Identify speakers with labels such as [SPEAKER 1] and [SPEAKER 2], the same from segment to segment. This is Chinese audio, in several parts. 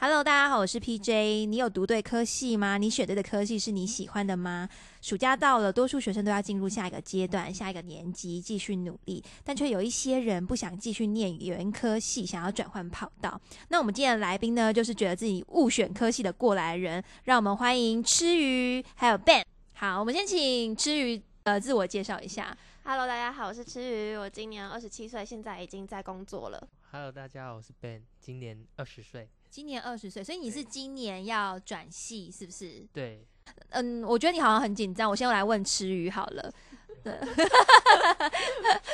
[SPEAKER 1] Hello，大家好，我是 PJ。你有读对科系吗？你选对的科系是你喜欢的吗？暑假到了，多数学生都要进入下一个阶段、下一个年级继续努力，但却有一些人不想继续念原科系，想要转换跑道。那我们今天的来宾呢，就是觉得自己误选科系的过来人，让我们欢迎吃鱼还有 Ben。好，我们先请吃鱼呃自我介绍一下。
[SPEAKER 2] Hello，大家好，我是吃鱼，我今年二十七岁，现在已经在工作了。
[SPEAKER 3] Hello，大家好，我是 Ben，今年二十岁。
[SPEAKER 1] 今年二十岁，所以你是今年要转系是不是？
[SPEAKER 3] 对，
[SPEAKER 1] 嗯，我觉得你好像很紧张，我先来问吃鱼好了。对，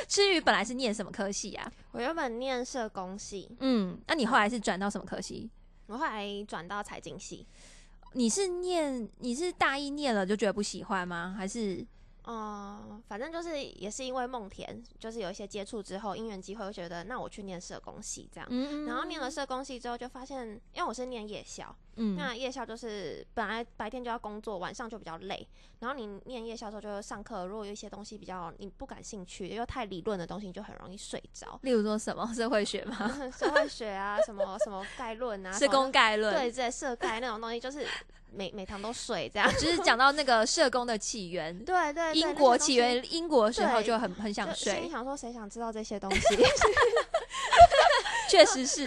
[SPEAKER 1] 吃鱼本来是念什么科系啊？
[SPEAKER 2] 我原本念社工系，
[SPEAKER 1] 嗯，那你后来是转到什么科系？
[SPEAKER 2] 我后来转到财经系。
[SPEAKER 1] 你是念你是大一念了就觉得不喜欢吗？还是
[SPEAKER 2] 嗯，反正就是也是因为梦田，就是有一些接触之后，因缘机会，我觉得那我去念社工系这样。
[SPEAKER 1] 嗯
[SPEAKER 2] 然后念了社工系之后，就发现，因为我是念夜校，
[SPEAKER 1] 嗯。
[SPEAKER 2] 那夜校就是本来白天就要工作，晚上就比较累。然后你念夜校的时候，就是上课，如果有一些东西比较你不感兴趣，又太理论的东西，你就很容易睡着
[SPEAKER 1] 例如说什么社会学吗？
[SPEAKER 2] 社会学啊，什么什么概论 啊，
[SPEAKER 1] 社工概论，。
[SPEAKER 2] 对，对社概那种东西，就是每每堂都睡这样
[SPEAKER 1] 就是讲到那个社工的起源，
[SPEAKER 2] 对对对，
[SPEAKER 1] 英
[SPEAKER 2] 那
[SPEAKER 1] 国
[SPEAKER 2] 些东
[SPEAKER 1] 起
[SPEAKER 2] 西
[SPEAKER 1] 源，英国的时候
[SPEAKER 2] 对
[SPEAKER 1] 就很很想
[SPEAKER 2] 就心里
[SPEAKER 1] 睡，
[SPEAKER 2] 想说谁想知道这些东西？
[SPEAKER 1] 确实 是，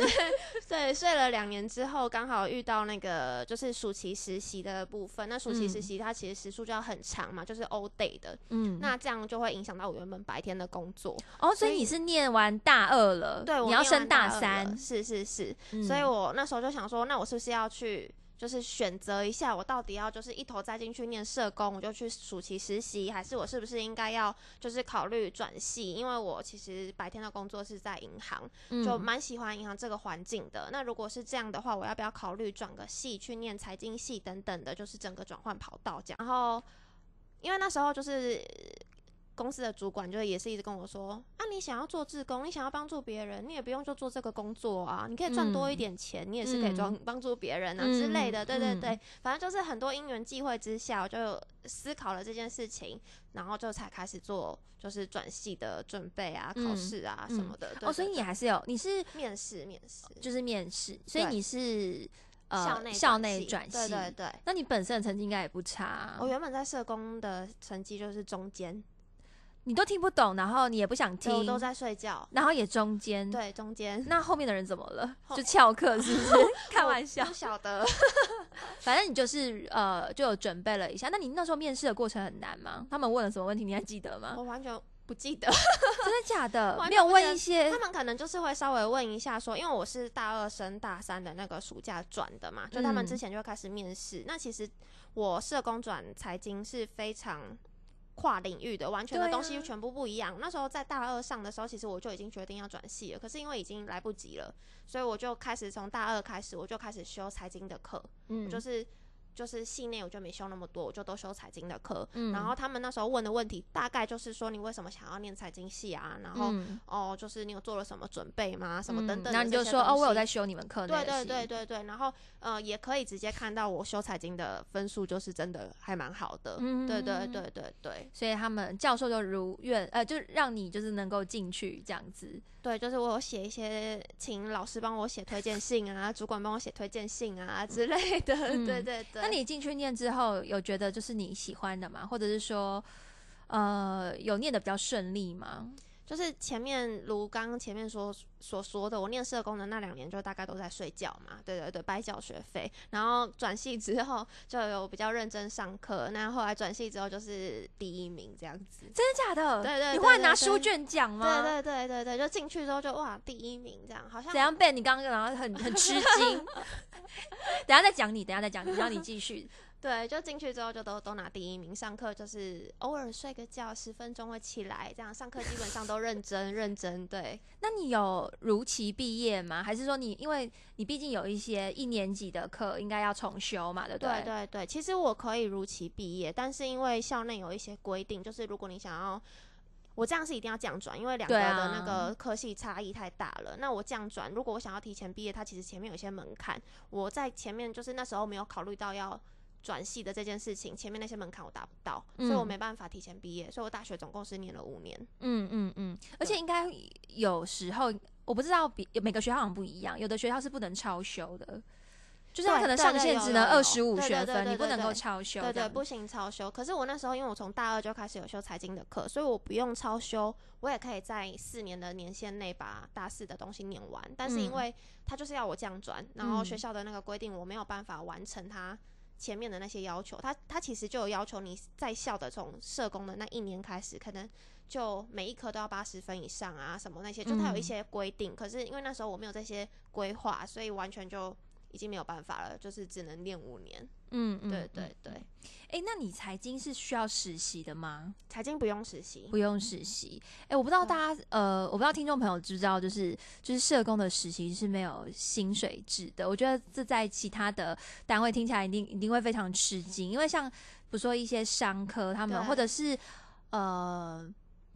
[SPEAKER 2] 对，睡了两年之后，刚好遇到那个就是暑期实习的部分。那暑期实
[SPEAKER 1] 嗯
[SPEAKER 2] 习它其实时数就要很长嘛，就是 all day 的，
[SPEAKER 1] 嗯，
[SPEAKER 2] 那这样就会影响到我原本白天的工作。
[SPEAKER 1] 哦，所以
[SPEAKER 2] 所以
[SPEAKER 1] 你是念完大二了，
[SPEAKER 2] 对，我
[SPEAKER 1] 你要
[SPEAKER 2] 念
[SPEAKER 1] 升
[SPEAKER 2] 完
[SPEAKER 1] 大
[SPEAKER 2] 二了
[SPEAKER 1] 三，
[SPEAKER 2] 是是是，
[SPEAKER 1] 嗯
[SPEAKER 2] 所以我那时候就想说，那我是不是要去？就是选择一下，我到底要就是一头栽进去念社工，我就去暑期实习，还是我是不是应该要就是考虑转系？因为我其实白天的工作是在银行，就
[SPEAKER 1] 嗯
[SPEAKER 2] 蛮喜欢银行这个环境的。那如果是这样的话，我要不要考虑转个系去念财经系等等的，就是整个转换跑道这样。然后，因为那时候就是公司的主管就也是一直跟我说：“啊，你想要做志工，你想要帮助别人，你也不用就做这个工作啊，你可以赚多一点钱，你也是可以帮帮助别人啊、
[SPEAKER 1] 嗯
[SPEAKER 2] 之类的。”对对
[SPEAKER 1] 嗯
[SPEAKER 2] 对，反正就是很多因缘际会之下，我就思考了这件事情，然后就才开始做就是转系的准备啊、
[SPEAKER 1] 嗯
[SPEAKER 2] 考试啊什么的。对
[SPEAKER 1] 哦，所以
[SPEAKER 2] 对
[SPEAKER 1] 你
[SPEAKER 2] 对
[SPEAKER 1] 还是有，你是
[SPEAKER 2] 面试面试，
[SPEAKER 1] 就是面试，所以
[SPEAKER 2] 对
[SPEAKER 1] 你是呃
[SPEAKER 2] 校内
[SPEAKER 1] 校内转
[SPEAKER 2] 对
[SPEAKER 1] 系，
[SPEAKER 2] 对对。
[SPEAKER 1] 那你本身的成绩应该也不差啊，
[SPEAKER 2] 我原本在社工的成绩就是中间，
[SPEAKER 1] 你都听不懂，然后你也不想
[SPEAKER 2] 对我
[SPEAKER 1] 听，嗯
[SPEAKER 2] 都在睡觉，
[SPEAKER 1] 然后也中间，
[SPEAKER 2] 对中间。
[SPEAKER 1] 那后面的人怎么了？
[SPEAKER 2] 后
[SPEAKER 1] 就翘课是不 是？开玩笑
[SPEAKER 2] 不，晓得，
[SPEAKER 1] 反正你就是呃，就有准备了一下。那你那时候面试的过程很难吗？他们问了什么问题，你还记得吗？
[SPEAKER 2] 我完全不记得。
[SPEAKER 1] 真的假的
[SPEAKER 2] 完？全
[SPEAKER 1] 没有
[SPEAKER 2] 不
[SPEAKER 1] 问
[SPEAKER 2] 记
[SPEAKER 1] 一
[SPEAKER 2] 得
[SPEAKER 1] 些
[SPEAKER 2] 他们可能就是会稍微问一下说，因为我是大二升大三的那个暑假转的嘛，就他们
[SPEAKER 1] 嗯
[SPEAKER 2] 之前就会开始面试。那其实我社工转财经是非常。跨领域的，完全的
[SPEAKER 1] 对啊
[SPEAKER 2] 东西全部不一样。那时候在大二上的时候，其实我就已经决定要转系了，可是因为已经来不及了，所以我就开始从大二开始，我就开始修财经的课。
[SPEAKER 1] 嗯
[SPEAKER 2] 就是就是系内我就没修那么多，我就都修财经的课。
[SPEAKER 1] 嗯
[SPEAKER 2] 然后他们那时候问的问题大概就是说你为什么想要念财经系啊？然后、
[SPEAKER 1] 嗯
[SPEAKER 2] 哦，就是你有做了什么准备吗？什么等等、
[SPEAKER 1] 然后你就说哦，我有在。修你们课那
[SPEAKER 2] 对
[SPEAKER 1] 个
[SPEAKER 2] 对
[SPEAKER 1] 系
[SPEAKER 2] 对对对，然后呃，也可以直接看到我修财经的分数，就是真的还蛮好的。
[SPEAKER 1] 嗯
[SPEAKER 2] 对对对对对
[SPEAKER 1] 所以他们教授就如愿，呃，就让你就是能够进去这样子。
[SPEAKER 2] 对，就是我有写一些，请老师帮我写推荐信啊，主管帮我写推荐信啊之类的。
[SPEAKER 1] 嗯
[SPEAKER 2] 对对对。
[SPEAKER 1] 那你进去念之后，有觉得就是你喜欢的吗？或者是说，呃，有念的比较顺利吗？
[SPEAKER 2] 就是前面如刚刚前面说所说的，我念社工的那两年就大概都在睡觉嘛，对对对，白缴学费。然后转系之后就有比较认真上课，那后来转系之后就是第一名这样子。
[SPEAKER 1] 真的假的？
[SPEAKER 2] 对对对
[SPEAKER 1] 你会
[SPEAKER 2] 对
[SPEAKER 1] 拿
[SPEAKER 2] 对
[SPEAKER 1] 书卷奖吗？
[SPEAKER 2] 对对对对对，就进去之后就哇第一名这样，好像
[SPEAKER 1] 怎样 被你刚刚然后很很吃惊？等一下再讲你，等一下再讲你，然后你继续。
[SPEAKER 2] 对，就进去之后就都都拿第一名，上课就是偶尔睡个觉，十分钟会起来，这样上课基本上都认真认真。对，
[SPEAKER 1] 那你有如期毕业吗？还是说你因为你毕竟有一些一年级的课应该要重修嘛，对不
[SPEAKER 2] 对对对，其实我可以如期毕业，但是因为校内有一些规定，就是如果你想要。我这样是一定要降转，因为两个
[SPEAKER 1] 对
[SPEAKER 2] 的
[SPEAKER 1] 啊
[SPEAKER 2] 那个科系差异太大了。那我降转，如果我想要提前毕业，它其实前面有一些门槛。我在前面就是那时候没有考虑到要转系的这件事情，前面那些门槛我达不到，所以我
[SPEAKER 1] 嗯
[SPEAKER 2] 没办法提前毕业。所以我大学总共是念了五年。
[SPEAKER 1] 嗯嗯嗯，而且应该有时候我不知道比每个学校好像不一样，有的学校是不能超修的，就是它
[SPEAKER 2] 对
[SPEAKER 1] 可能
[SPEAKER 2] 对
[SPEAKER 1] 上
[SPEAKER 2] 对
[SPEAKER 1] 限
[SPEAKER 2] 有
[SPEAKER 1] 只
[SPEAKER 2] 有
[SPEAKER 1] 能
[SPEAKER 2] 有
[SPEAKER 1] 二十五
[SPEAKER 2] 对对
[SPEAKER 1] 学
[SPEAKER 2] 对
[SPEAKER 1] 分，
[SPEAKER 2] 对
[SPEAKER 1] 你不
[SPEAKER 2] 对
[SPEAKER 1] 能够
[SPEAKER 2] 对
[SPEAKER 1] 超修这
[SPEAKER 2] 对
[SPEAKER 1] 样子。嗯
[SPEAKER 2] 对，不行超修。可是我那时候因为我从大二就开始有修财经的课，所以我不用超修，我也可以在四年的年限内把大四的东西念完。但是
[SPEAKER 1] 嗯
[SPEAKER 2] 因为他就是要我这样转，然后学
[SPEAKER 1] 嗯
[SPEAKER 2] 校的那个规定我没有办法完成他前面的那些要求。他他其实就有要求你在校的从社工的那一年开始，可能就每一科都要八十分以上啊，什么那些，就他有一
[SPEAKER 1] 嗯
[SPEAKER 2] 些规定。可是因为那时候我没有这些规划，所以完全就。已经没有办法了，就是只能练五年。
[SPEAKER 1] 嗯嗯，
[SPEAKER 2] 对
[SPEAKER 1] 嗯
[SPEAKER 2] 对对。。
[SPEAKER 1] 哎、那你财经是需要实习的吗？
[SPEAKER 2] 财经不用实习，
[SPEAKER 1] 不用实习。哎、我不知道
[SPEAKER 2] 啊
[SPEAKER 1] 大家呃，我不知道听众朋友知不知道，就是就是社工的实习是没有薪水制的。我觉得这在其他的单位听起来一定一定会非常吃惊，因为像比如说一些商科他们，
[SPEAKER 2] 对
[SPEAKER 1] 或者是呃。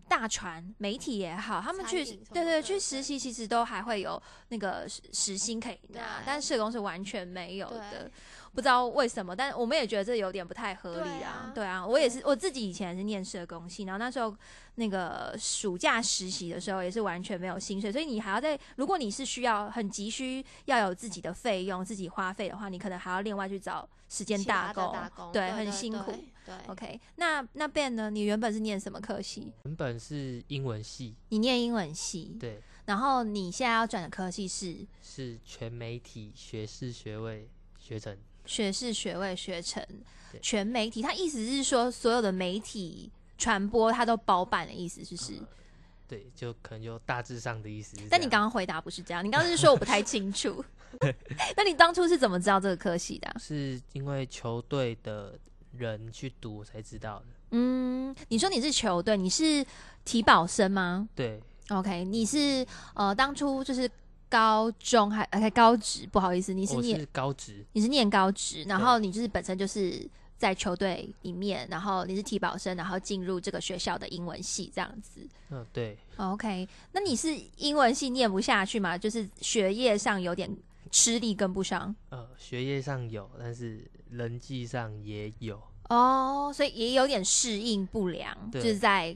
[SPEAKER 1] 大传媒体也好，他们去
[SPEAKER 2] 餐饮什么
[SPEAKER 1] 对对
[SPEAKER 2] 的
[SPEAKER 1] 去
[SPEAKER 2] 对
[SPEAKER 1] 实习，其实都还会有那个时时薪可以拿
[SPEAKER 2] 对，
[SPEAKER 1] 但社工是完全没有
[SPEAKER 2] 对
[SPEAKER 1] 的。不知道为什么，但我们也觉得这有点不太合理
[SPEAKER 2] 对
[SPEAKER 1] 啊
[SPEAKER 2] 啊。
[SPEAKER 1] 对啊，我也是我自己以前是念社工系，然后那时候那个暑假实习的时候也是完全没有薪水，所以你还要在如果你是需要很急需要有自己的费用、自己花费的话，你可能还要另外去找时间
[SPEAKER 2] 其
[SPEAKER 1] 打
[SPEAKER 2] 他的
[SPEAKER 1] 工。
[SPEAKER 2] 打工
[SPEAKER 1] 对
[SPEAKER 2] 对，
[SPEAKER 1] 很
[SPEAKER 2] 对
[SPEAKER 1] 辛苦。
[SPEAKER 2] 对，对
[SPEAKER 1] OK，那那 Ben 呢？你原本是念什么科系？
[SPEAKER 3] 原本是英文系，
[SPEAKER 1] 你念英文系，
[SPEAKER 3] 对，
[SPEAKER 1] 然后你现在要转的科系是
[SPEAKER 3] 是全媒体学士学位学成。
[SPEAKER 1] 学士学位学成
[SPEAKER 3] 对
[SPEAKER 1] 全媒体，它意思是说所有的媒体传播它都包办的意思，是不是？
[SPEAKER 3] 对，就可能就大致上的意嗯思是这样。
[SPEAKER 1] 但你刚刚回答不是这样，你刚刚是说我不太清 楚。 那你当初是怎么知道这个科系的啊、
[SPEAKER 3] 是因为球队的人去读我才知道的。
[SPEAKER 1] 嗯，你说你是球队，你是体保生吗
[SPEAKER 3] 对，
[SPEAKER 1] ？OK，你是呃当初就是高中还还高职，不好意思，你是
[SPEAKER 3] 我
[SPEAKER 1] 念
[SPEAKER 3] 是高职，
[SPEAKER 1] 你是念高职，然
[SPEAKER 3] 对
[SPEAKER 1] 后你就是本身就是在球队里面，然后你是体保生，然后进入这个学校的英文系这样子。
[SPEAKER 3] 嗯，对，
[SPEAKER 1] OK，那你是英文系念不下去吗？就是学业上有点吃力，跟不上
[SPEAKER 3] 呃，学业上有，但是人际上也有。
[SPEAKER 1] 哦，所以也有点适应不良，就
[SPEAKER 3] 对
[SPEAKER 1] 是在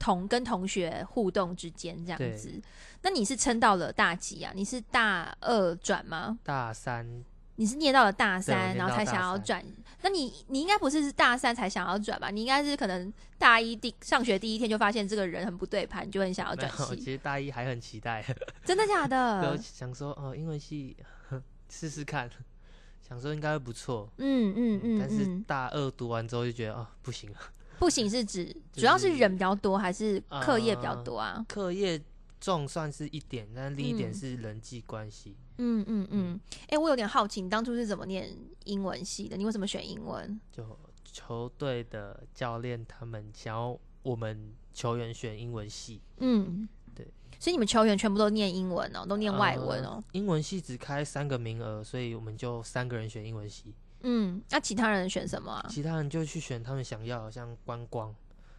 [SPEAKER 1] 同跟同学互动之间这样
[SPEAKER 3] 对
[SPEAKER 1] 子。那你是撑到了大几啊？你是大二转吗？
[SPEAKER 3] 大三
[SPEAKER 1] 你是念到了大
[SPEAKER 3] 对我
[SPEAKER 1] 三，
[SPEAKER 3] 念
[SPEAKER 1] 然后
[SPEAKER 3] 到
[SPEAKER 1] 才
[SPEAKER 3] 大
[SPEAKER 1] 想要
[SPEAKER 3] 三
[SPEAKER 1] 转？那你你应该不是大三才想要转吧？你应该是可能大一第上学第一天就发现这个人很不对盘，你就很想要
[SPEAKER 3] 没
[SPEAKER 1] 转
[SPEAKER 3] 有，其
[SPEAKER 1] 系，
[SPEAKER 3] 实大一还很期待，
[SPEAKER 1] 真的假
[SPEAKER 3] 然后
[SPEAKER 1] 的？
[SPEAKER 3] 想说哦、英文系 试试看， 想说应该会不错。
[SPEAKER 1] 嗯嗯嗯，
[SPEAKER 3] 但
[SPEAKER 1] 嗯
[SPEAKER 3] 是大二读完之后就觉得哦，不行了，
[SPEAKER 1] 不行是指
[SPEAKER 3] 就
[SPEAKER 1] 主要是
[SPEAKER 3] 是
[SPEAKER 1] 人比较多还是课业比较多啊？
[SPEAKER 3] 课业重算是一点，但另一点
[SPEAKER 1] 嗯
[SPEAKER 3] 是人际关系。
[SPEAKER 1] 嗯嗯嗯。哎、我有点好奇，你当初是怎么念英文系的？你为什么选英文？
[SPEAKER 3] 就球队的教练他们想要我们球员选英文系，
[SPEAKER 1] 嗯，
[SPEAKER 3] 对。
[SPEAKER 1] 所以你们球员全部都念英文哦，都念外文
[SPEAKER 3] 呃
[SPEAKER 1] 哦。
[SPEAKER 3] 英文系只开三个名额，所以我们就三个人选英文系，
[SPEAKER 1] 嗯，那、其他人选什么啊？
[SPEAKER 3] 其他人就去选他们想要的，像观光。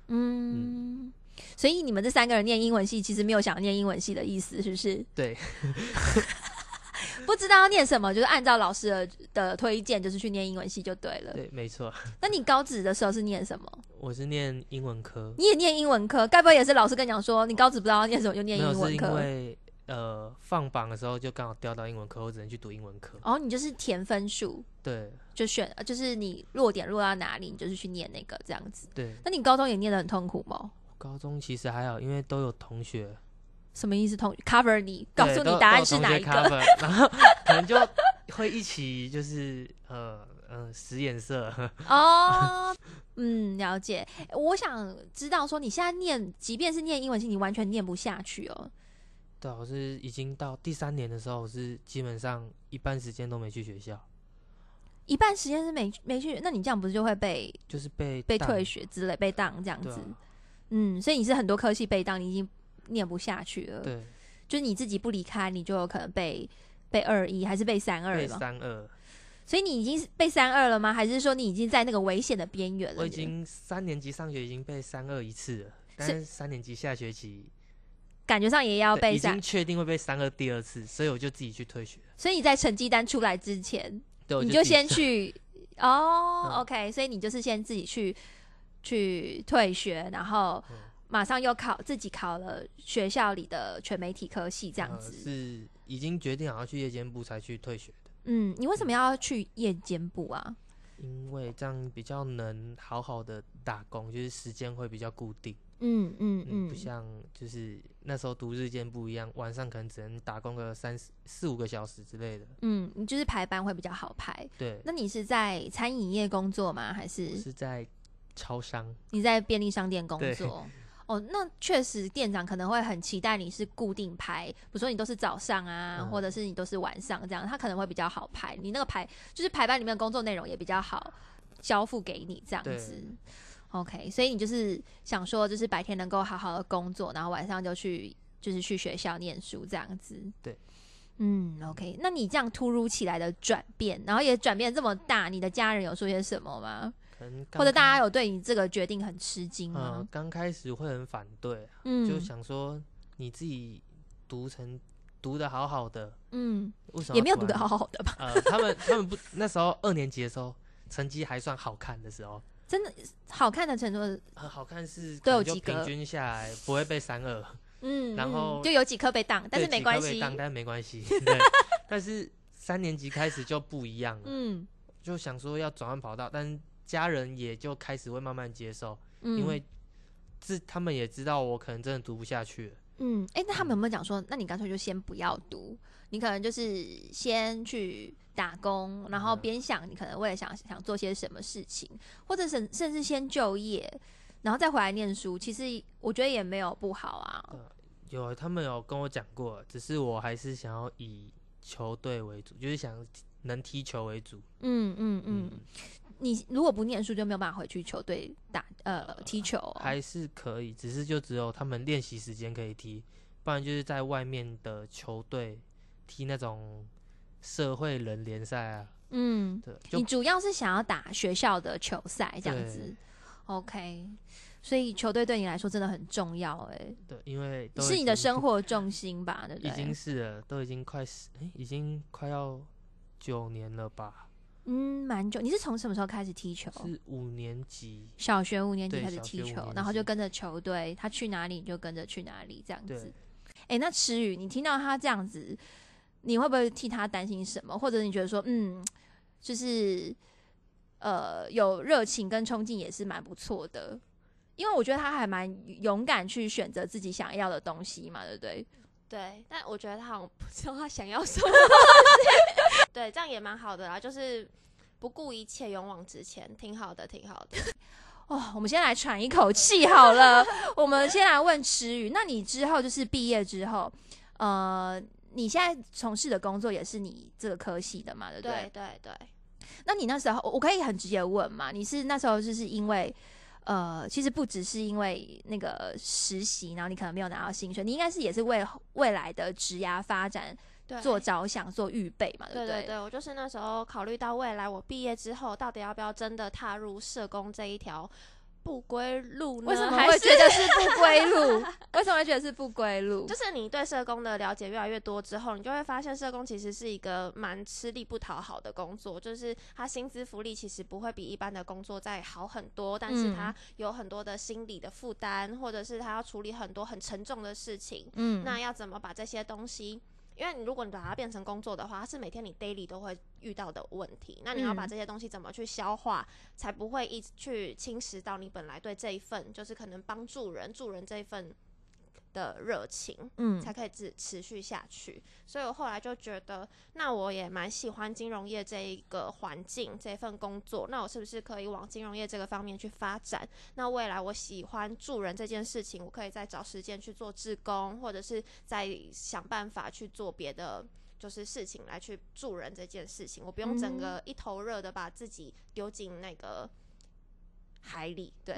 [SPEAKER 1] 嗯。所以你们这三个人念英文系，其实没有想念英文系的意思，是不是？
[SPEAKER 3] 对，
[SPEAKER 1] 不知道要念什么，就是按照老师的的推荐，就是去念英文系就对了。
[SPEAKER 3] 对，没错，
[SPEAKER 1] 那你高职的时候是念什么？
[SPEAKER 3] 我是念英文科，
[SPEAKER 1] 你也念英文科，该不会也是老师跟你讲说，你高职不知道要念什么就念
[SPEAKER 3] 没有
[SPEAKER 1] 英
[SPEAKER 3] 是
[SPEAKER 1] 文
[SPEAKER 3] 因
[SPEAKER 1] 科？
[SPEAKER 3] 为呃放榜的时候就刚好调到英文科，我只能去读英文科。
[SPEAKER 1] 哦，你就是填分数，
[SPEAKER 3] 对
[SPEAKER 1] 就选，呃就是你弱点落到哪里，你就是去念那个这样子。
[SPEAKER 3] 对，
[SPEAKER 1] 那你高中也念得很痛苦吗？
[SPEAKER 3] 高中其实还好，因为都有同学
[SPEAKER 1] 什么意思痛？cover 你，告
[SPEAKER 3] 对
[SPEAKER 1] 诉
[SPEAKER 3] 都
[SPEAKER 1] 你答
[SPEAKER 3] 都
[SPEAKER 1] 案
[SPEAKER 3] 有
[SPEAKER 1] 是
[SPEAKER 3] 同
[SPEAKER 1] 哪
[SPEAKER 3] 学
[SPEAKER 1] 一个？
[SPEAKER 3] cover，然后可能就会一起就是呃呃使眼色。
[SPEAKER 1] 哦，嗯，了解。我想知道说，你现在念，即便是念英文系，你完全念不下去哦。
[SPEAKER 3] 对啊，我是已经到第三年的时候，我是基本上一半时间都没去学校。
[SPEAKER 1] 一半时间是没没去，那你这样不是就会被
[SPEAKER 3] 就是被
[SPEAKER 1] 被
[SPEAKER 3] 当
[SPEAKER 1] 退学之类，被当这样
[SPEAKER 3] 对
[SPEAKER 1] 子
[SPEAKER 3] 啊？
[SPEAKER 1] 嗯，所以你是很多科系被当，你已经念不下去了。
[SPEAKER 3] 对，
[SPEAKER 1] 就是你自己不离开，你就有可能被被二一还是被三二
[SPEAKER 3] 被
[SPEAKER 1] 嘛？
[SPEAKER 3] 三二，
[SPEAKER 1] 所以你已经是被三二了吗？还是说你已经在那个危险的边缘了？
[SPEAKER 3] 我已经三年级上学已经被三二一次了，但
[SPEAKER 1] 是
[SPEAKER 3] 是三年级下学期
[SPEAKER 1] 感觉上也要
[SPEAKER 3] 对
[SPEAKER 1] 被
[SPEAKER 3] 已
[SPEAKER 1] 三
[SPEAKER 3] 经，确定会被三二第二次，所以我就自己去退学了。
[SPEAKER 1] 所以你在成绩单出来之前，
[SPEAKER 3] 对，我
[SPEAKER 1] 你就
[SPEAKER 3] 就自己
[SPEAKER 1] 先 去哦、
[SPEAKER 3] 嗯
[SPEAKER 1] o k 所以你就是先自己去去退学，然后
[SPEAKER 3] 嗯
[SPEAKER 1] 马上又考自己考了学校里的全媒体科系这样
[SPEAKER 3] 呃
[SPEAKER 1] 子。
[SPEAKER 3] 是已经决定好要去夜间部才去退学的，
[SPEAKER 1] 嗯，你为什么要去夜间部啊？
[SPEAKER 3] 因为这样比较能好好的打工，就是时间会比较固定，
[SPEAKER 1] 嗯嗯嗯
[SPEAKER 3] 嗯，不，像就是那时候读日间不一样，晚上可能只能打工个三四四五个小时之类的。
[SPEAKER 1] 嗯，你就是排班会比较好排。
[SPEAKER 3] 对，
[SPEAKER 1] 那你是在餐饮业工作吗？还
[SPEAKER 3] 我
[SPEAKER 1] 是
[SPEAKER 3] 是在超商，
[SPEAKER 1] 你在便利商店工
[SPEAKER 3] 对
[SPEAKER 1] 作？哦，那确实店长可能会很期待你是固定排，比如说你都是早上啊，
[SPEAKER 3] 嗯
[SPEAKER 1] 或者是你都是晚上这样，他可能会比较好排。你那个排就是排班里面的工作内容也比较好交付给你这样
[SPEAKER 3] 对
[SPEAKER 1] 子。OK，所以你就是想说，就是白天能够好好的工作，然后晚上就去就是去学校念书这样子。
[SPEAKER 3] 对，
[SPEAKER 1] 嗯，OK，那你这样突如其来的转变，然后也转变这么大，你的家人有说些什么吗？
[SPEAKER 3] 可能
[SPEAKER 1] 或者大家
[SPEAKER 3] 有
[SPEAKER 1] 有对你这个决定很吃惊
[SPEAKER 3] 嗯
[SPEAKER 1] 吗？
[SPEAKER 3] 刚开始会很反对啊，
[SPEAKER 1] 嗯，
[SPEAKER 3] 就想说你自己读成读的好好的，
[SPEAKER 1] 嗯，
[SPEAKER 3] 为什么
[SPEAKER 1] 也没有
[SPEAKER 3] 突
[SPEAKER 1] 读得
[SPEAKER 3] 然
[SPEAKER 1] 好好的吧？
[SPEAKER 3] 呃，他们他们不那时候二年级的时候，成绩还算好看的时候，
[SPEAKER 1] 真的好看的程度，
[SPEAKER 3] 呃，好看是
[SPEAKER 1] 都
[SPEAKER 3] 可
[SPEAKER 1] 有
[SPEAKER 3] 能就
[SPEAKER 1] 及格
[SPEAKER 3] 平均下来不会被三二，
[SPEAKER 1] 嗯，
[SPEAKER 3] 然
[SPEAKER 1] 嗯
[SPEAKER 3] 后
[SPEAKER 1] 就有几科被挡，但是
[SPEAKER 3] 对
[SPEAKER 1] 没
[SPEAKER 3] 及格
[SPEAKER 1] 关
[SPEAKER 3] 被
[SPEAKER 1] 系，
[SPEAKER 3] 当但是没 关系。对，但是三年级开始就不一样了，
[SPEAKER 1] 嗯
[SPEAKER 3] 就想说要转换跑道，但是家人也就开始会慢慢接受，
[SPEAKER 1] 嗯，
[SPEAKER 3] 因为自他们也知道我可能真的读不下去了。
[SPEAKER 1] 嗯，哎、那他们有没有讲说，那你干脆就先不要读，你可能就是先去打工，然后
[SPEAKER 3] 嗯
[SPEAKER 1] 边想你可能为了想想做些什么事情，或者甚甚至先就业，然后再回来念书，其实我觉得也没有不好啊。
[SPEAKER 3] 有他们有跟我讲过，只是我还是想要以球队为主，就是想能踢球为主。
[SPEAKER 1] 嗯嗯
[SPEAKER 3] 嗯
[SPEAKER 1] 嗯，，你如果不念书就没有办法回去球队打呃踢球哦、
[SPEAKER 3] 还是可以，只是就只有他们练习时间可以踢，不然就是在外面的球队踢那种社会人联赛啊，
[SPEAKER 1] 嗯，
[SPEAKER 3] 对，就
[SPEAKER 1] 你主要是想要打学校的球赛这样子
[SPEAKER 3] 对
[SPEAKER 1] ，OK？所以球队对你来说真的很重要、
[SPEAKER 3] 对，因为
[SPEAKER 1] 哎，
[SPEAKER 3] 都
[SPEAKER 1] 是
[SPEAKER 3] 已
[SPEAKER 1] 你的
[SPEAKER 3] 经
[SPEAKER 1] 生活重心吧，对不
[SPEAKER 3] 已经
[SPEAKER 1] 对？
[SPEAKER 3] 是了，都已经快十，诶已经快要九年了吧？
[SPEAKER 1] 嗯，蛮久。你是从什么时候开始踢球？
[SPEAKER 3] 是五年级，
[SPEAKER 1] 小学五年级
[SPEAKER 3] 对
[SPEAKER 1] 开始
[SPEAKER 3] 小
[SPEAKER 1] 踢
[SPEAKER 3] 学五
[SPEAKER 1] 球，
[SPEAKER 3] 年
[SPEAKER 1] 然后就
[SPEAKER 3] 级
[SPEAKER 1] 跟着球队，他去哪里你就跟着去哪里，这样子
[SPEAKER 3] 对。，
[SPEAKER 1] 哎、那池宇，你听到他这样子，你会不会替他担心什么？或者你觉得说，嗯，就是呃，有热情跟冲劲也是蛮不错的，因为我觉得他还蛮勇敢去选择自己想要的东西嘛，对不对？
[SPEAKER 2] 对，但我觉得他好像不知道他想要什么。 对，这样也蛮好的啦，就是不顾一切，勇往直前，挺好的，挺好的。
[SPEAKER 1] 哦，我们先来喘一口气好了。我们先来问池宇，那你之后就是毕业之后，呃，你现在从事的工作也是你这个科系的嘛，对不 对？
[SPEAKER 2] 对对对，
[SPEAKER 1] 那你那时候，我我可以很直接问嘛？你是那时候就是因为，呃，其实不只是因为那个实习，然后你可能没有拿到薪水，你应该是也是为未来的职涯发展
[SPEAKER 2] 对
[SPEAKER 1] 做着想、做预备嘛，对
[SPEAKER 2] 对
[SPEAKER 1] 不
[SPEAKER 2] 对对，我就是那时候考虑到未来我毕业之后到底要不要真的踏入社工这一条不归路呢？
[SPEAKER 1] 为什么
[SPEAKER 2] 还
[SPEAKER 1] 会
[SPEAKER 2] 是
[SPEAKER 1] 觉得是不归路？为什么会觉得是不归路？
[SPEAKER 2] 就是你对社工的了解越来越多之后，你就会发现社工其实是一个蛮吃力不讨好的工作，就是他薪资福利其实不会比一般的工作再好很多，但是他有很多的心理的负担，或者是他要处理很多很沉重的事情。
[SPEAKER 1] 嗯，
[SPEAKER 2] 那要怎么把这些东西？因为你如果你把它变成工作的话，它是每天你 daily 都会遇到的问题。那你要把
[SPEAKER 1] 嗯
[SPEAKER 2] 这些东西怎么去消化，才不会一直去侵蚀到你本来对这一份就是可能帮助人、助人这一份的热情。
[SPEAKER 1] 嗯
[SPEAKER 2] 才可以持持续下去。所以我后来就觉得，那我也蛮喜欢金融业这一个环境、这份工作。那我是不是可以往金融业这个方面去发展？那未来我喜欢助人这件事情，我可以再找时间去做志工，或者是再想办法去做别的。就是事情来去助人这件事情，我不用
[SPEAKER 1] 嗯
[SPEAKER 2] 整个一头热的把自己丢进那个海里。对，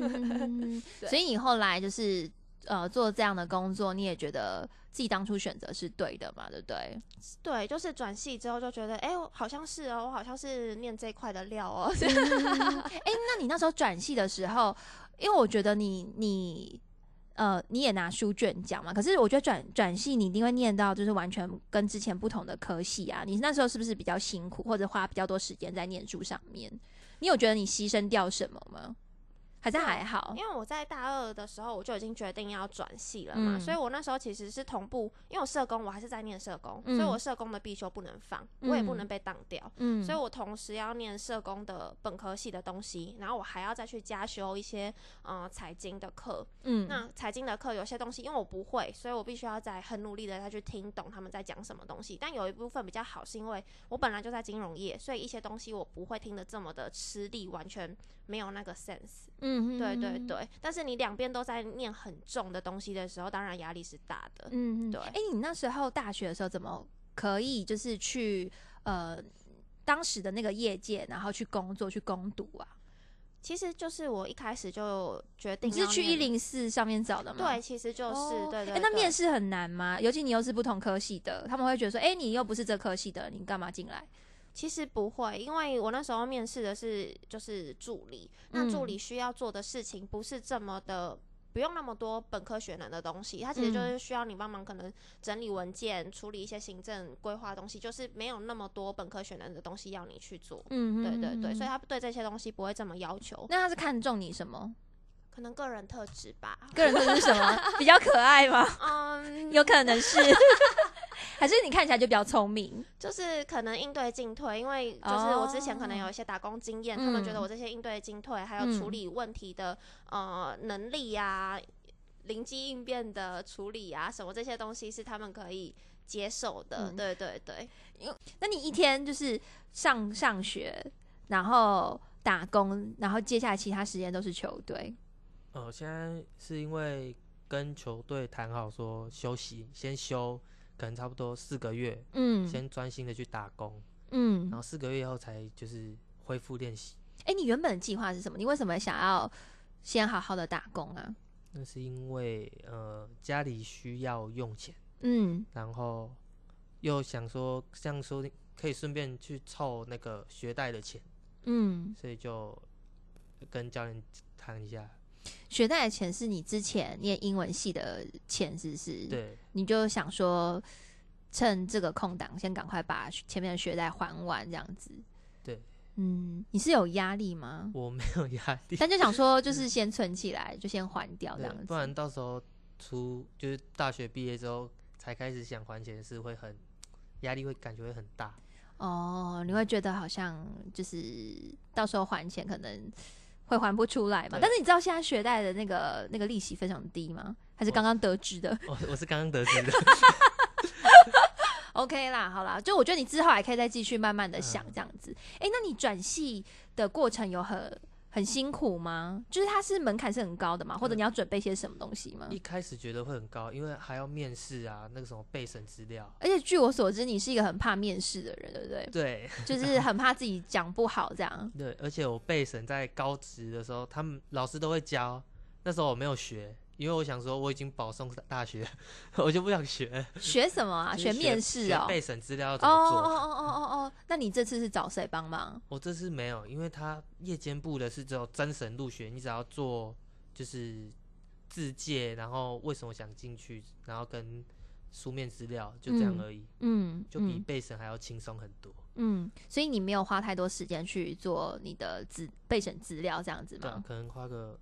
[SPEAKER 1] 嗯
[SPEAKER 2] 对
[SPEAKER 1] 所以你后来就是呃做这样的工作，你也觉得自己当初选择是对的嘛？对不对？
[SPEAKER 2] 对，就是转系之后就觉得，哎、我好像是哦，我好像是念这一块的料哦。
[SPEAKER 1] 哎、那你那时候转系的时候，因为我觉得你你呃你也拿书卷奖嘛，可是我觉得转转系你一定会念到就是完全跟之前不同的科系啊。你那时候是不是比较辛苦，或者花比较多时间在念书上面？你有觉得你牺牲掉什么吗？还是
[SPEAKER 2] 没有
[SPEAKER 1] 还好？
[SPEAKER 2] 啊 因为我在大二的时候我就已经决定要转系了嘛，
[SPEAKER 1] 嗯
[SPEAKER 2] 所以我那时候其实是同步，因为我社工我还是在念社工，所以
[SPEAKER 1] 嗯
[SPEAKER 2] 我社工的必修不能放，我也不
[SPEAKER 1] 嗯
[SPEAKER 2] 能被当掉。
[SPEAKER 1] 嗯
[SPEAKER 2] 所以我同时要念社工的本科系的东西，然后我还要再去加修一些呃财经的课。
[SPEAKER 1] 嗯
[SPEAKER 2] 那财经的课有些东西因为我不会，所以我必须要在很努力的再去听懂他们在讲什么东西。但有一部分比较好，是因为我本来就在金融业，所以一些东西我不会听得这么的吃力，完全没有那个 sense。
[SPEAKER 1] 嗯
[SPEAKER 2] 对对，对，但是你两边都在念很重的东西的时候，当然压力是大的。
[SPEAKER 1] 嗯，
[SPEAKER 2] 对
[SPEAKER 1] 哎、你那时候大学的时候怎么可以就是去呃当时的那个业界，然后去工作去攻读啊？
[SPEAKER 2] 其实就是我一开始就决定
[SPEAKER 1] 你是
[SPEAKER 2] 要
[SPEAKER 1] 去
[SPEAKER 2] 念
[SPEAKER 1] 一。零四上面找的吗？
[SPEAKER 2] 对，其实就是、
[SPEAKER 1] 哦。
[SPEAKER 2] 对对
[SPEAKER 1] 哎那
[SPEAKER 2] 对
[SPEAKER 1] 面试很难吗？尤其你又是不同科系的，他们会觉得说，哎、你又不是这科系的，你干嘛进来？
[SPEAKER 2] 其实不会，因为我那时候面试的是就是助理，那助
[SPEAKER 1] 嗯
[SPEAKER 2] 理需要做的事情不是这么的。不用那么多本科学能的东西，它其实就
[SPEAKER 1] 嗯
[SPEAKER 2] 是需要你帮忙，可能整理文件、处理一些行政规划的东西，就是没有那么多本科学能的东西要你去做。
[SPEAKER 1] 嗯
[SPEAKER 2] 对对对，所以
[SPEAKER 1] 以
[SPEAKER 2] 他对这些东西不会这么要求，
[SPEAKER 1] 那他是看中你什么？
[SPEAKER 2] 可能个人特质吧。
[SPEAKER 1] 个人特质是什么？ 比较可爱吗？
[SPEAKER 2] 嗯，
[SPEAKER 1] 有可能 是，还是你看起来就比较聪明？
[SPEAKER 2] 就是可能应对进退，因为就是我之前可能有一些打工经验，他们觉得
[SPEAKER 1] 哦嗯
[SPEAKER 2] 我这些应对进退，还有处理问题的、呃能力呀、灵机应变的处理啊，什么这些东西是他们可以接受的。
[SPEAKER 1] 嗯
[SPEAKER 2] 对对对，
[SPEAKER 1] 那你一天就是上上学，然后打工，然后接下来其他时间都是球队。
[SPEAKER 3] 呃，现在是因为跟球队谈好说休息，先休，可能差不多四个月，
[SPEAKER 1] 嗯
[SPEAKER 3] 先专心的去打工，
[SPEAKER 1] 嗯
[SPEAKER 3] 然，后四个月后才就是恢复练习。
[SPEAKER 1] 哎、你原本的计划是什么？你为什么想要先好好的打工啊？
[SPEAKER 3] 那是因为呃家里需要用钱，
[SPEAKER 1] 嗯
[SPEAKER 3] 然后又想说这样说可以顺便去凑那个学贷的钱，
[SPEAKER 1] 嗯，
[SPEAKER 3] 所以就跟教练谈一下。
[SPEAKER 1] 学贷的钱是你之前念英文系的钱，是不是？，
[SPEAKER 3] 对，
[SPEAKER 1] 你就想说趁这个空档，先赶快把前面的学贷还完，这样子。
[SPEAKER 3] 对，
[SPEAKER 1] 嗯，你是有压力 吗？
[SPEAKER 3] 我没有压 力，
[SPEAKER 1] 但就想说，就是先存起来，就先还掉这
[SPEAKER 3] 对
[SPEAKER 1] 样子。
[SPEAKER 3] 不然到时候出就是大学毕业之后才开始想还钱是会很压力会感觉会很大。
[SPEAKER 1] 哦，你会觉得好像就是到时候还钱可能会还不出来嘛？
[SPEAKER 3] 对
[SPEAKER 1] 但是你知道现在学贷的那个那个利息非常低吗？还是
[SPEAKER 3] 我
[SPEAKER 1] 刚刚得知的
[SPEAKER 3] 我我是刚刚得知 的，
[SPEAKER 1] ？OK 啦，好啦，就我觉得你之后还可以再继续慢慢的想
[SPEAKER 3] 嗯
[SPEAKER 1] 这样子。诶，那你转系的过程有很很辛苦吗？就是它是门槛是很高的嘛，或者
[SPEAKER 3] 嗯
[SPEAKER 1] 你要准备些什么东西吗？
[SPEAKER 3] 一开始觉得会很高，因为还要面试啊，那个什么备审资料。？
[SPEAKER 1] 而且据我所知，你是一个很怕面试的人，对不对
[SPEAKER 3] 对
[SPEAKER 1] 就是很怕自己讲不好这样。
[SPEAKER 3] 对，而且我备审在高职的时候，他们老师都会教，那时候我没有学，因为我想说我已经保送大学， 我就不想学。
[SPEAKER 1] 学什么啊？
[SPEAKER 3] 就是
[SPEAKER 1] 学面试
[SPEAKER 3] 学
[SPEAKER 1] 哦。
[SPEAKER 3] 备审资料要
[SPEAKER 1] 哦
[SPEAKER 3] 怎么做？
[SPEAKER 1] 哦哦哦哦哦，那你这次是找谁帮忙？
[SPEAKER 3] 我哦这次没有，因为他夜间部的是只有真审入学，你只要做就是自介，然后为什么想进去，然后跟书面资料就这样
[SPEAKER 1] 嗯
[SPEAKER 3] 而已，
[SPEAKER 1] 嗯，
[SPEAKER 3] 就比备审还要轻松很多。
[SPEAKER 1] 嗯嗯，所以你没有花太多时间去做你的资备审资料这样子
[SPEAKER 3] 对啊
[SPEAKER 1] 吗？，
[SPEAKER 3] 可能花个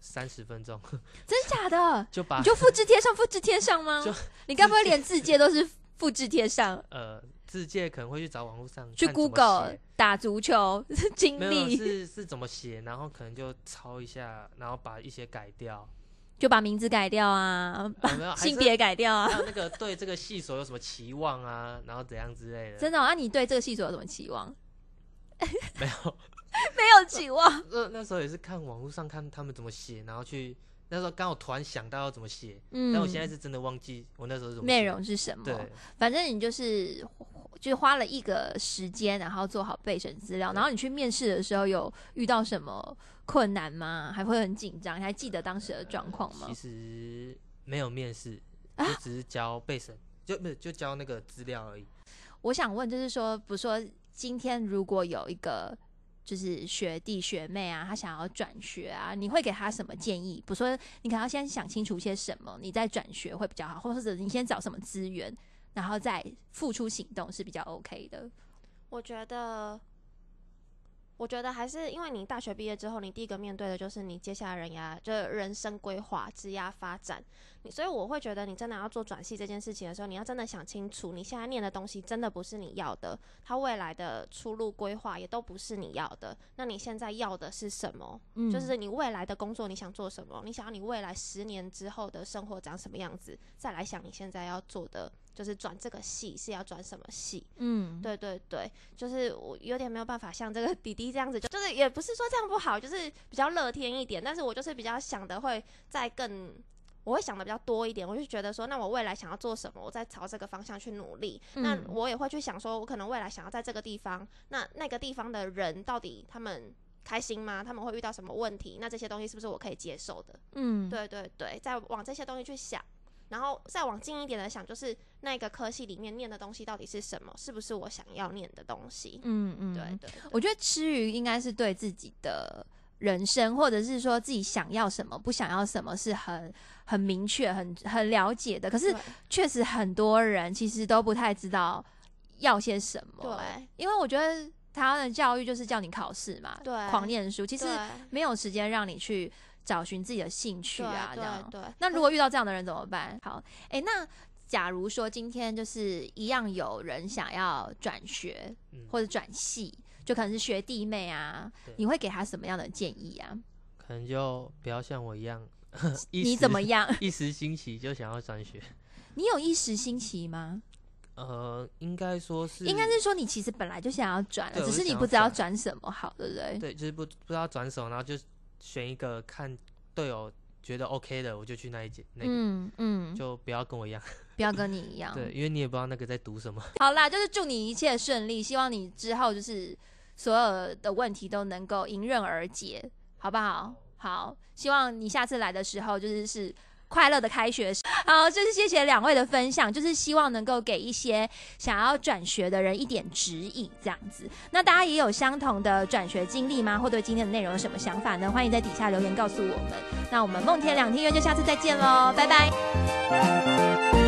[SPEAKER 3] 三十分钟
[SPEAKER 1] 真假的？
[SPEAKER 3] 就把
[SPEAKER 1] 你就复制贴上，复制贴上吗
[SPEAKER 3] 就？
[SPEAKER 1] 你该不会连字界都是复制贴上？
[SPEAKER 3] 呃自介可能会去找网络上
[SPEAKER 1] 去
[SPEAKER 3] 看怎么
[SPEAKER 1] Google
[SPEAKER 3] 写
[SPEAKER 1] 打足球经
[SPEAKER 3] 没有
[SPEAKER 1] 历，
[SPEAKER 3] 是是怎么写，然后可能就抄一下，然后把一些改 掉，
[SPEAKER 1] 就把名字改掉啊，
[SPEAKER 3] 啊、没有还
[SPEAKER 1] 性
[SPEAKER 3] 是
[SPEAKER 1] 别改掉啊。
[SPEAKER 3] 还有那个对这个系所有什么期望啊，然后怎样之类的，
[SPEAKER 1] 真的哦、那、你对这个系所有什么期望？
[SPEAKER 3] 没有。
[SPEAKER 1] 没有期望。
[SPEAKER 3] 那那时候也是看网络上看他们怎么写，然后去那时候刚好突然想到要怎么写，
[SPEAKER 1] 嗯，
[SPEAKER 3] 但我现在是真的忘记我那时候是怎么
[SPEAKER 1] 内
[SPEAKER 3] 写
[SPEAKER 1] 容哦是什么？
[SPEAKER 3] 对，
[SPEAKER 1] 反正你就是就花了一个时间，然后做好备审资料，
[SPEAKER 3] 对
[SPEAKER 1] 然后你去面试的时候有遇到什么困难吗？还会很紧张？你还记得当时的状况吗
[SPEAKER 3] 其？实没有面试，
[SPEAKER 1] 啊
[SPEAKER 3] 就只是交备审，就不是就交那个资料而已。
[SPEAKER 1] 我想问，就是说，比如说今天如果有一个就是学弟学妹啊，他想要转学啊，你会给他什么建议？比如说，你可能要先想清楚些什么，你再转学会比较好，或者你先找什么资源，然后再付出行动是比较 OK 的。
[SPEAKER 2] 我觉得，我觉得还是因为你大学毕业之后，你第一个面对的就是你接下来人涯，就是人生规划、职涯发展。你所以我会觉得，你真的要做转系这件事情的时候，你要真的想清楚，你现在念的东西真的不是你要的，它未来的出路规划也都不是你要的。那你现在要的是什么？
[SPEAKER 1] 嗯
[SPEAKER 2] 就是你未来的工作你想做什么？你想要你未来十年之后的生活长什么样子？再来想你现在要做的，就是转这个系是要转什么系？
[SPEAKER 1] 嗯，
[SPEAKER 2] 对对对，就是我有点没有办法像这个弟弟这样子，就就是也不是说这样不好，就是比较乐天一点。但是我就是比较想的会再更，我会想的比较多一点。我就觉得说，那我未来想要做什么，我再朝这个方向去努力。
[SPEAKER 1] 嗯
[SPEAKER 2] 那我也会去想说，我可能未来想要在这个地方，那那个地方的人到底他们。开心吗？他们会遇到什么问题？那这些东西是不是我可以接受的？
[SPEAKER 1] 嗯，
[SPEAKER 2] 对对对，再往这些东西去想，然后再往近一点的想，就是那个科系里面念的东西到底是什么，是不是我想要念的东西？
[SPEAKER 1] 嗯嗯，
[SPEAKER 2] 对对
[SPEAKER 1] 我觉得吃鱼应该是对自己的人生，或者是说自己想要什么、不想要什么，是很很明确、很很了解的。可
[SPEAKER 2] 对
[SPEAKER 1] 是确实很多人其实都不太知道要些什么，欸
[SPEAKER 2] 对，
[SPEAKER 1] 因为我觉得台湾的教育就是叫你考试嘛，
[SPEAKER 2] 对
[SPEAKER 1] 狂念书，其实
[SPEAKER 2] 对
[SPEAKER 1] 没有时间让你去找寻自己的兴趣
[SPEAKER 2] 对
[SPEAKER 1] 啊，这样
[SPEAKER 2] 对。嗯对，
[SPEAKER 1] 那如果遇到这样的人怎么办？好，诶，那假如说今天就是一样有人想要转学
[SPEAKER 3] 嗯，
[SPEAKER 1] 或者转系，就可能是学弟妹啊
[SPEAKER 3] 对，
[SPEAKER 1] 你会给他什么样的建议啊？
[SPEAKER 3] 可能就不要像我一样， 一
[SPEAKER 1] 你
[SPEAKER 3] 时
[SPEAKER 1] 怎么样？
[SPEAKER 3] 一时兴起就想要转学？
[SPEAKER 1] 你有一时兴起吗？
[SPEAKER 3] 呃，应该说是，
[SPEAKER 1] 应该是说你其实本来就想要转了，
[SPEAKER 3] 对
[SPEAKER 1] 只是
[SPEAKER 3] 我就
[SPEAKER 1] 你
[SPEAKER 3] 想要
[SPEAKER 1] 不知道
[SPEAKER 3] 转
[SPEAKER 1] 转什么好，对不对？
[SPEAKER 3] 对，就是不不知道转手，然后就选一个看队友觉得 OK 的，我就去那一届，那个、
[SPEAKER 1] 嗯嗯，
[SPEAKER 3] 就不要跟我一样，
[SPEAKER 1] 不要跟你一样。
[SPEAKER 3] 对，因为你也不知道那个在读什么。
[SPEAKER 1] 好啦，就是祝你一切顺利，希望你之后就是所有的问题都能够迎刃而解，好不好？好，希望你下次来的时候就是是。快乐的开学式， 好，就是谢谢两位的分享，就是希望能够给一些想要转学的人一点指引，这样子。那大家也有相同的转学经历吗？或对今天的内容有什么想法呢？欢迎在底下留言告诉我们。那我们梦天两天院就下次再见喽，拜拜。